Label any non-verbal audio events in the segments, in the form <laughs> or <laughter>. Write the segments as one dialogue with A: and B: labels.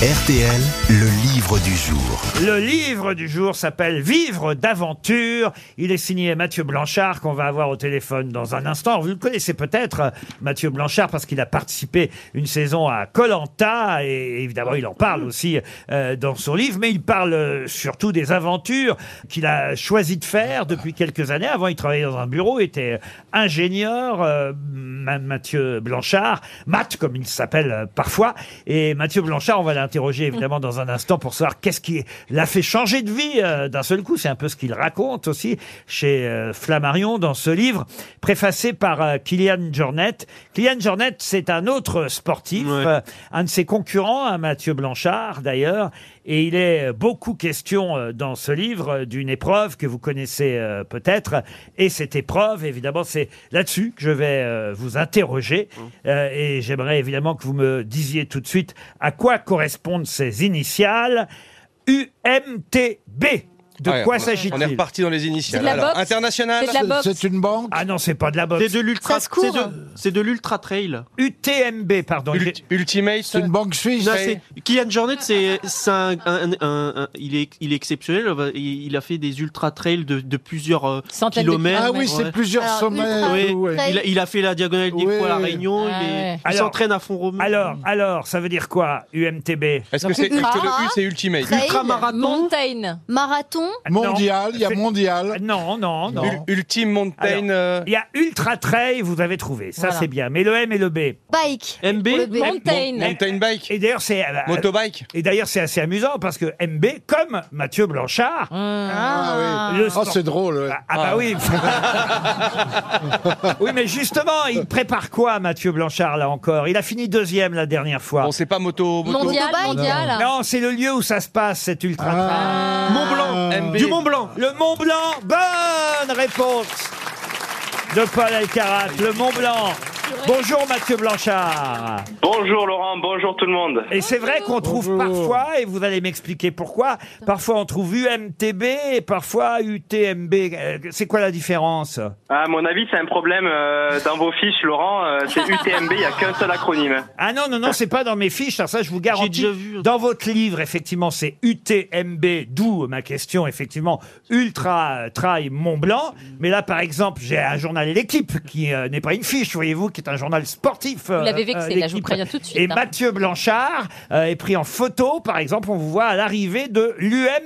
A: RTL, le livre du jour.
B: Le livre du jour s'appelle Vivre d'aventure. Il est signé Mathieu Blanchard qu'on va avoir au téléphone dans un instant. Vous le connaissez peut-être, euh, Mathieu Blanchard, parce qu'il a participé une saison à Colanta et évidemment il en parle aussi euh, dans son livre, mais il parle euh, surtout des aventures qu'il a choisi de faire depuis quelques années. Avant, il travaillait dans un bureau, était euh, ingénieur, euh, Ma- Mathieu Blanchard, Matt comme il s'appelle euh, parfois. Et Mathieu Blanchard, on va l'interroger évidemment dans un instant pour savoir qu'est-ce qui l'a fait changer de vie euh, d'un seul coup. C'est un peu ce qu'il raconte aussi chez euh, Flammarion dans ce livre préfacé par euh, Kylian Jornet. Kylian Jornet, c'est un autre sportif, euh, un de ses concurrents, hein, Mathieu Blanchard d'ailleurs. Et il est euh, beaucoup question euh, dans ce livre euh, d'une épreuve que vous connaissez euh, peut-être. Et cette épreuve, évidemment, c'est là-dessus que je vais euh, vous interroger. Euh, et j'aimerais évidemment que vous me disiez tout de suite à quoi correspondent ces initiales UMTB. De
C: Ah, Ouais,
B: quoi
C: on- On est
B: s'agit-il
C: reparti dans les
D: C'est
C: initiales.
D: de la
C: Alors,
D: boxe
C: international.
D: C'est de la boxe.
E: C'est une banque.
B: Ah non, c'est pas de la boxe.
F: C'est de l'ultra,
D: Ça se court.
F: c'est de, c'est de l'ultra trail.
B: UTMB, pardon. J'ai-
C: ult- Ultimate.
E: C'est une banque suisse.
F: Non, c'est- Kylian Jornet, c'est c'est un, un- un- un- il est, il est exceptionnel. Il il a fait des ultra trails de, de plusieurs euh,
D: Centaines de
F: kilomètres.
E: Ah oui,
F: Ouais.
E: c'est plusieurs
D: Alors,
E: sommets.
F: Ouais.
E: ouais.
F: Il, a, il a fait la diagonale des
E: Ouais.
F: fois à la Réunion.
D: Ah
F: il est-
D: ouais.
F: il
B: Alors-
F: s'entraîne à fond romeu.
B: Alors, alors, ça veut dire quoi, UMTB
C: Est-ce que c'est
G: ultra.
C: que le U c'est Ultimate
G: Trail,
F: ultra marathon.
D: Mountain.
G: marathon,
E: Mondial, il y a
B: C'est-
E: mondial.
B: Non, non, non.
C: Ul- Ultime Mountain. euh,
B: Il y a Ultra Trail, vous avez trouvé, ça
D: Voilà.
B: c'est bien. Mais le M et le B.
G: bike,
F: MB,
G: Pour le B.
C: mon-
D: Mountain.
C: Mountain Bike.
B: Et d'ailleurs, c'est euh,
C: Motobike.
B: et d'ailleurs c'est assez amusant parce que MB, comme Mathieu Blanchard,
C: Mmh.
E: Ah oui.
B: le
E: Oh,
B: sport-
E: c'est drôle. ouais.
B: Ah, ah bah oui. oui, <laughs> mais justement, il prépare quoi, Mathieu Blanchard là encore Il a fini deuxième la dernière fois.
C: Bon, c'est pas moto. moto.
D: Mondial,
G: Autobike.
D: mondial.
B: non, c'est le lieu où ça se passe, cet Ultra Trail.
E: Ah.
F: Mont Blanc,
C: MB.
F: du Mont Blanc.
B: Le Mont Blanc, bonne réponse de Paul Alcarat, le Mont Blanc. Bonjour Mathieu Blanchard.
H: Bonjour Laurent, bonjour tout le monde.
B: Et c'est vrai qu'on trouve
E: Bonjour.
B: parfois, et vous allez m'expliquer pourquoi, parfois on trouve UMTB et parfois UTMB. Euh, C'est quoi la différence
H: À mon avis, c'est un problème euh, dans vos fiches, Laurent. euh,
D: <laughs>
H: c'est UTMB, il n'y a qu'un seul acronyme.
B: Ah non, non, non, c'est pas dans mes fiches, alors ça je vous garantis.
F: déjà vu. hein.
B: Dans votre livre, effectivement, c'est UTMB, d'où ma question, effectivement, Ultra euh, Trail Mont Blanc. Mais là, par exemple, j'ai un journal L'équipe qui euh, n'est pas une fiche, voyez-vous, qui est un journal sportif. euh,
D: Vous l'avez vexé, là, je vous
B: L'Équipe.
D: préviens tout de suite,
B: Et
D: hein.
B: Mathieu Blanchard euh, est pris en photo, par exemple, on vous voit à l'arrivée de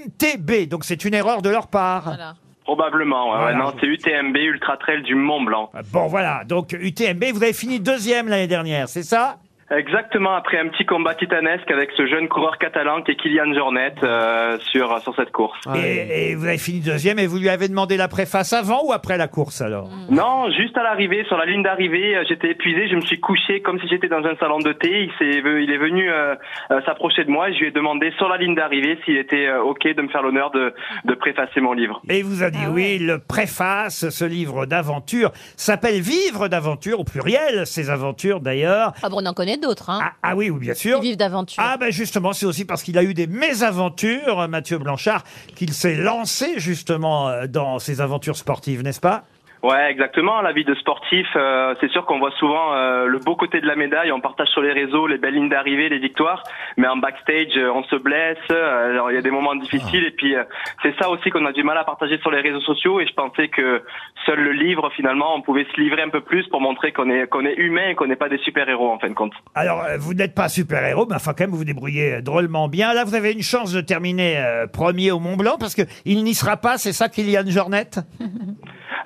B: l'UMTB. Donc c'est une erreur de leur part.
D: Voilà.
H: Probablement, ouais, ouais,
B: Voilà.
H: non, c'est UTMB, Ultra Trail du Mont Blanc.
B: Bon, voilà. Donc UTMB, vous avez fini deuxième l'année dernière, c'est ça
H: Exactement, après un petit combat titanesque avec ce jeune coureur catalan qui est Kylian Jornet euh, sur, sur cette course.
B: et, et vous avez fini deuxième et vous lui avez demandé la préface avant ou après la course alors
H: Mm. Non, juste à l'arrivée, sur la ligne d'arrivée, euh, j'étais épuisé, je me suis couché comme si j'étais dans un salon de thé. Il, s'est- il est venu euh, euh, s'approcher de moi et je lui ai demandé sur la ligne d'arrivée s'il était euh, OK de me faire l'honneur de, de préfacer mon livre.
B: Et il vous a dit
D: Ah
B: oui, le préface, ce livre d'aventure s'appelle Vivre d'aventure au pluriel, ces aventures d'ailleurs.
D: Ah bon, on en connaît d'autres. Hein.
B: Ah, ah oui, oui, bien
D: Ils
B: sûr.
D: vivent d'aventure.
B: Ah ben justement, c'est aussi parce qu'il a eu des mésaventures, euh, Mathieu Blanchard, qu'il s'est lancé justement euh, dans ses aventures sportives, n'est-ce pas
H: Ouais, exactement. La vie de sportif, euh, c'est sûr qu'on voit souvent euh, le beau côté de la médaille. On partage sur les réseaux les belles lignes d'arrivée, les victoires. Mais en backstage, euh, on se blesse. euh, alors, il y a des moments difficiles. Et puis, euh, c'est ça aussi qu'on a du mal à partager sur les réseaux sociaux. Et je pensais que seul le livre, finalement, on pouvait se livrer un peu plus pour montrer qu'on est qu'on est humain et qu'on n'est pas des super héros en fin de compte.
B: Alors, euh, vous n'êtes pas super-héros, mais enfin, quand même, vous vous débrouillez euh, drôlement bien. Là, vous avez une chance de terminer euh, premier au Mont-Blanc, parce que il n'y sera pas, c'est ça, Kylian Jornet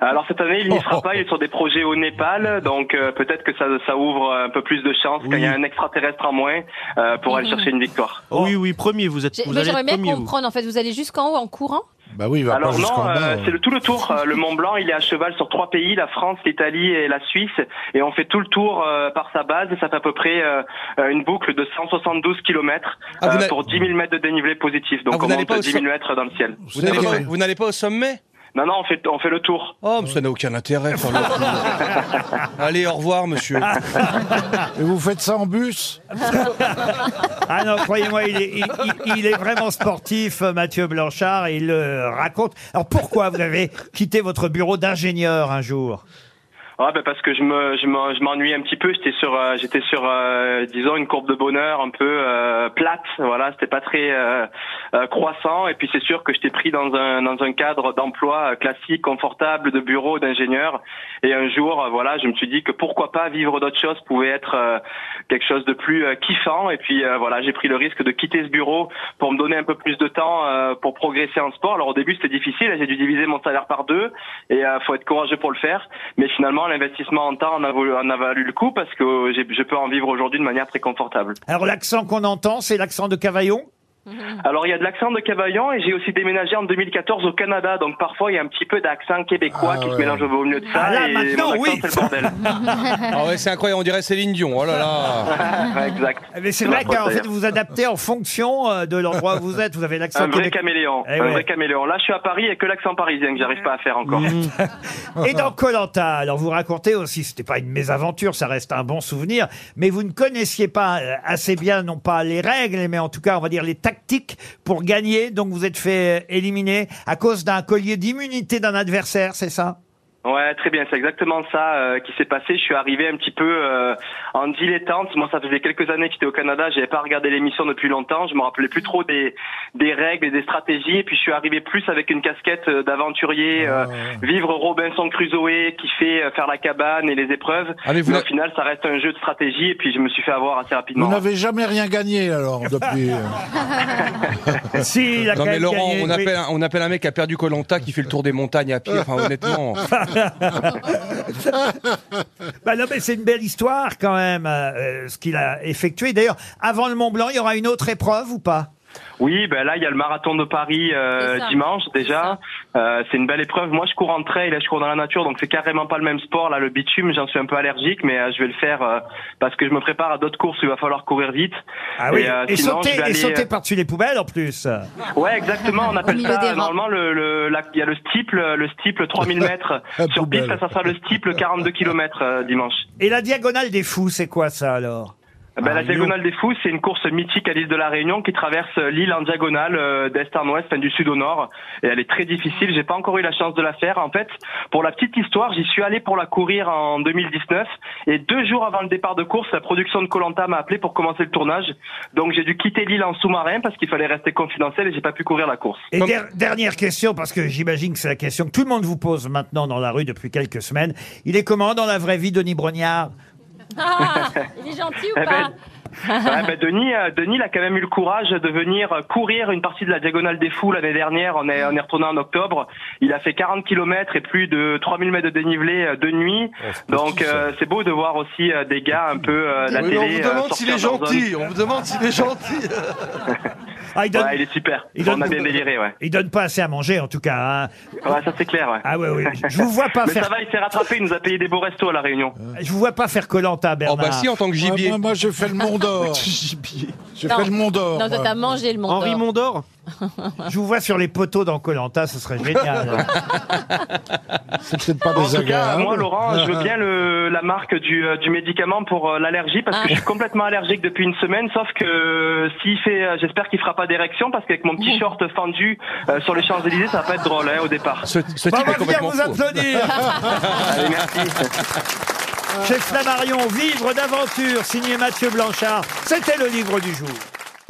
H: Alors cette année, il n'y sera pas, il est sur des projets au Népal, donc euh, peut-être que ça, ça ouvre un peu plus de chances quand il y a un extraterrestre en moins euh, pour aller chercher une victoire.
F: Oui, oui, premier, vous êtes.
D: J'ai-
F: Vous
D: mais
F: allez
D: J'aimerais
F: être
D: bien
F: premier, vous.
D: comprendre. En fait, vous allez jusqu'en haut en courant
E: Bah oui, il va
H: Alors
E: pas jusqu'en
H: non, euh,
E: bas. hein.
H: c'est le tout le tour. Euh, le Mont Blanc, il est à cheval sur trois pays, la France, l'Italie et la Suisse. Et on fait tout le tour euh, par sa base. Ça fait à peu près euh, euh, une boucle de 172 km
C: Ah, vous n'avez-
H: Euh, pour 10 000 mètres de dénivelé positif. Donc
C: Ah, vous
H: on
C: n'allez
H: monte
C: pas au
H: 10 000
C: sol-
H: mètres dans le ciel.
C: Vous n'allez
E: C'est
C: pas-
E: vrai.
C: Vous n'allez pas au sommet
H: Non, non, on fait, on fait le tour.
C: Oh, mais ça n'a aucun intérêt. enfin, le- <laughs> Allez, au revoir, monsieur.
E: Et vous faites ça en bus
B: Ah non, croyez-moi, il est, il, il- il est vraiment sportif, euh, Mathieu Blanchard, et il le raconte. Alors, pourquoi vous avez quitté votre bureau d'ingénieur un jour
H: Oh, Ouais, bah, parce que je me, je m'en- je m'ennuyais un petit peu. J'étais sur, euh, j'étais sur, euh, disons, une courbe de bonheur un peu euh, plate. Voilà, c'était pas très euh, euh, croissant. Et puis c'est sûr que j'étais pris dans un, dans un cadre d'emploi euh, classique, confortable, de bureau, d'ingénieur. Et un jour, euh, voilà, je me suis dit que pourquoi pas vivre d'autres choses pouvait être euh, quelque chose de plus euh, kiffant. Et puis euh, voilà, j'ai pris le risque de quitter ce bureau pour me donner un peu plus de temps euh, pour progresser en sport. Alors au début, c'était difficile. J'ai dû diviser mon salaire par deux. Et euh, faut être courageux pour le faire. Mais finalement, l'investissement en temps en a, valu, en a valu le coup parce que euh, j'ai- je peux en vivre aujourd'hui de manière très confortable.
B: Alors l'accent qu'on entend, c'est l'accent de Cavaillon Mm.
H: Alors, il y a de l'accent de Cavaillon et j'ai aussi déménagé en 2014 au Canada. Donc, parfois, il y a un petit peu d'accent québécois
E: Ah
H: qui
E: ouais.
H: se mélange au milieu de ça.
B: Ah là,
H: et
B: maintenant,
H: mon accent,
B: oui.
H: c'est
B: <laughs>
H: le bordel.
C: Ah ouais, c'est incroyable, on dirait Céline Dion. Oh là là.
H: Ouais, exact.
B: Mais c'est
H: Ma
B: vrai
H: faute,
B: qu'en fait,
H: d'ailleurs.
B: vous vous adaptez en fonction euh, de l'endroit où vous êtes. Vous avez l'accent
H: Un vrai
B: québécois.
H: caméléon.
B: Eh
H: un
B: ouais.
H: vrai caméléon. Là, je suis à Paris et que l'accent parisien que j'arrive pas à faire encore.
B: Et dans Colanta, alors vous racontez aussi, c'était pas une mésaventure, ça reste un bon souvenir, mais vous ne connaissiez pas euh, assez bien, non pas les règles, mais en tout cas, on va dire les tactiques pour gagner. Donc vous êtes fait euh, éliminer à cause d'un collier d'immunité d'un adversaire, c'est
C: <laughs>
B: ça
H: Ouais, très bien, c'est exactement ça euh, qui s'est passé. Je suis arrivé un petit peu euh, en dilettante. Moi, ça faisait quelques années que j'étais au Canada, j'avais pas regardé l'émission depuis longtemps, je me rappelais plus trop des des règles et des stratégies. Et puis je suis arrivé plus avec une casquette euh,
C: Ah,
H: d'aventurier, euh, vivre Robinson Crusoe qui fait euh, faire la cabane et les épreuves.
C: Allez, vous
H: Mais au
C: la-
H: final, ça reste un jeu de stratégie. Et puis je me suis fait avoir assez
E: Vous
H: rapidement.
E: n'avez jamais rien gagné alors depuis. euh,
B: Si, il a
C: Non
B: quand
C: mais
B: même
C: Laurent,
B: gagné,
C: on
B: oui.
C: appelle, un- on appelle un mec qui a perdu Colanta qui fait le tour des montagnes à pied. Enfin
G: <laughs>
C: honnêtement,
B: Bah non, mais c'est une belle histoire quand même, euh, euh, ce qu'il a effectué. D'ailleurs, avant le Mont Blanc, il y aura une autre épreuve ou pas
H: Oui, ben là il y a le marathon de Paris euh,
D: C'est ça.
H: dimanche déjà.
D: ça.
H: Euh, c'est une belle épreuve. Moi je cours en trail, là, je cours dans la nature, donc c'est carrément pas le même sport. Là le bitume, j'en suis un peu allergique, mais euh, je vais le faire euh, parce que je me prépare à d'autres courses où il va falloir courir vite.
B: Ah oui, et,
H: Et, euh, sinon,
B: sauter,
H: je vais
B: et
H: aller,
B: sauter
H: euh,
B: par-dessus les poubelles en plus.
H: Ouais, exactement.
D: <laughs>
H: On appelle
D: milieu des
H: ça
D: rangs.
H: normalement le le- la- il y a le steeple, le steeple 3000 mètres
E: La
H: sur piste.
E: poubelle.
H: Là, ça sera le steeple 42 km dimanche.
B: Et la diagonale des fous, c'est quoi ça alors
H: Ben,
B: Ah,
H: la
B: Lyon.
H: Diagonale des Fous, c'est une course mythique à l'île de la Réunion qui traverse euh, l'île en diagonale euh, d'est en ouest, enfin, du sud au nord. Et elle est très difficile. J'ai pas encore eu la chance de la faire. En fait, pour la petite histoire, j'y suis allé pour la courir en 2019. Et deux jours avant le départ de course, la production de Colanta m'a appelé pour commencer le tournage. Donc j'ai dû quitter l'île en sous-marin parce qu'il fallait rester confidentiel et j'ai pas pu courir la course.
B: Et
C: Comme-
B: der- dernière question, parce que j'imagine que c'est la question que tout le monde vous pose maintenant dans la rue depuis quelques semaines. Il est comment dans la vraie vie, Denis Brognard
D: Ah, il est gentil ou
H: Eh
D: pas
H: ben, Ouais, ben, Denis, euh, Denis, il a quand même eu le courage de venir euh, courir une partie de la Diagonale des Fous l'année dernière. On est, on est retourné en octobre. Il a fait 40 kilomètres et plus de 3000 mètres de dénivelé euh, de nuit. Donc, euh, c'est beau de voir aussi euh, des gars un peu euh, de la
G: Oui, mais
H: télé.
G: on vous
H: euh,
G: demande
H: sortir
G: s'il est
H: de leur zone.
G: gentil. On vous demande s'il est gentil.
B: ah, il, donne,
H: Ouais, il est super.
B: Il donne-
H: on a bien déliré, ouais.
B: il donne pas assez à manger en tout cas. hein.
H: Ouais, ça c'est clair, ouais.
B: Ah oui, oui. Je vous vois pas
H: <laughs> Mais ça
B: faire,
H: va, il s'est rattrapé. Il nous a payé des beaux restos à La Réunion.
B: je vous vois pas faire Colanta,
C: oh
B: Bernard.
C: bah si en tant que
E: moi,
C: gibier.
E: moi, moi, j'ai fait le Mont
H: <laughs>
E: d'Or. J'ai
D: Non.
E: fait le Mont d'Or.
D: Non,
E: moi.
D: toi, t'as mangé le monde.
F: Henri Mondor
B: Je vous vois sur les poteaux dans Colanta, ce serait
C: <laughs>
B: génial.
E: C'est peut-être pas
H: En tout cas,
E: désagréable.
H: moi, Laurent, je veux bien le, la marque du, euh, du médicament pour euh, l'allergie parce que
D: Ah.
H: je suis complètement allergique depuis une semaine. Sauf que euh, s'il fait, euh, j'espère qu'il fera pas d'érection parce qu'avec mon petit short fendu euh, sur les Champs Élysées, ça va pas être drôle hein, au départ.
C: Ce, ce
B: Bah,
C: type
B: on
C: est
B: va venir
C: complètement
B: vous
C: fou.
B: applaudir.
H: <laughs> Allez, merci.
B: Chez Flammarion, Vivre d'aventure, signé Mathieu Blanchard. C'était le livre du jour.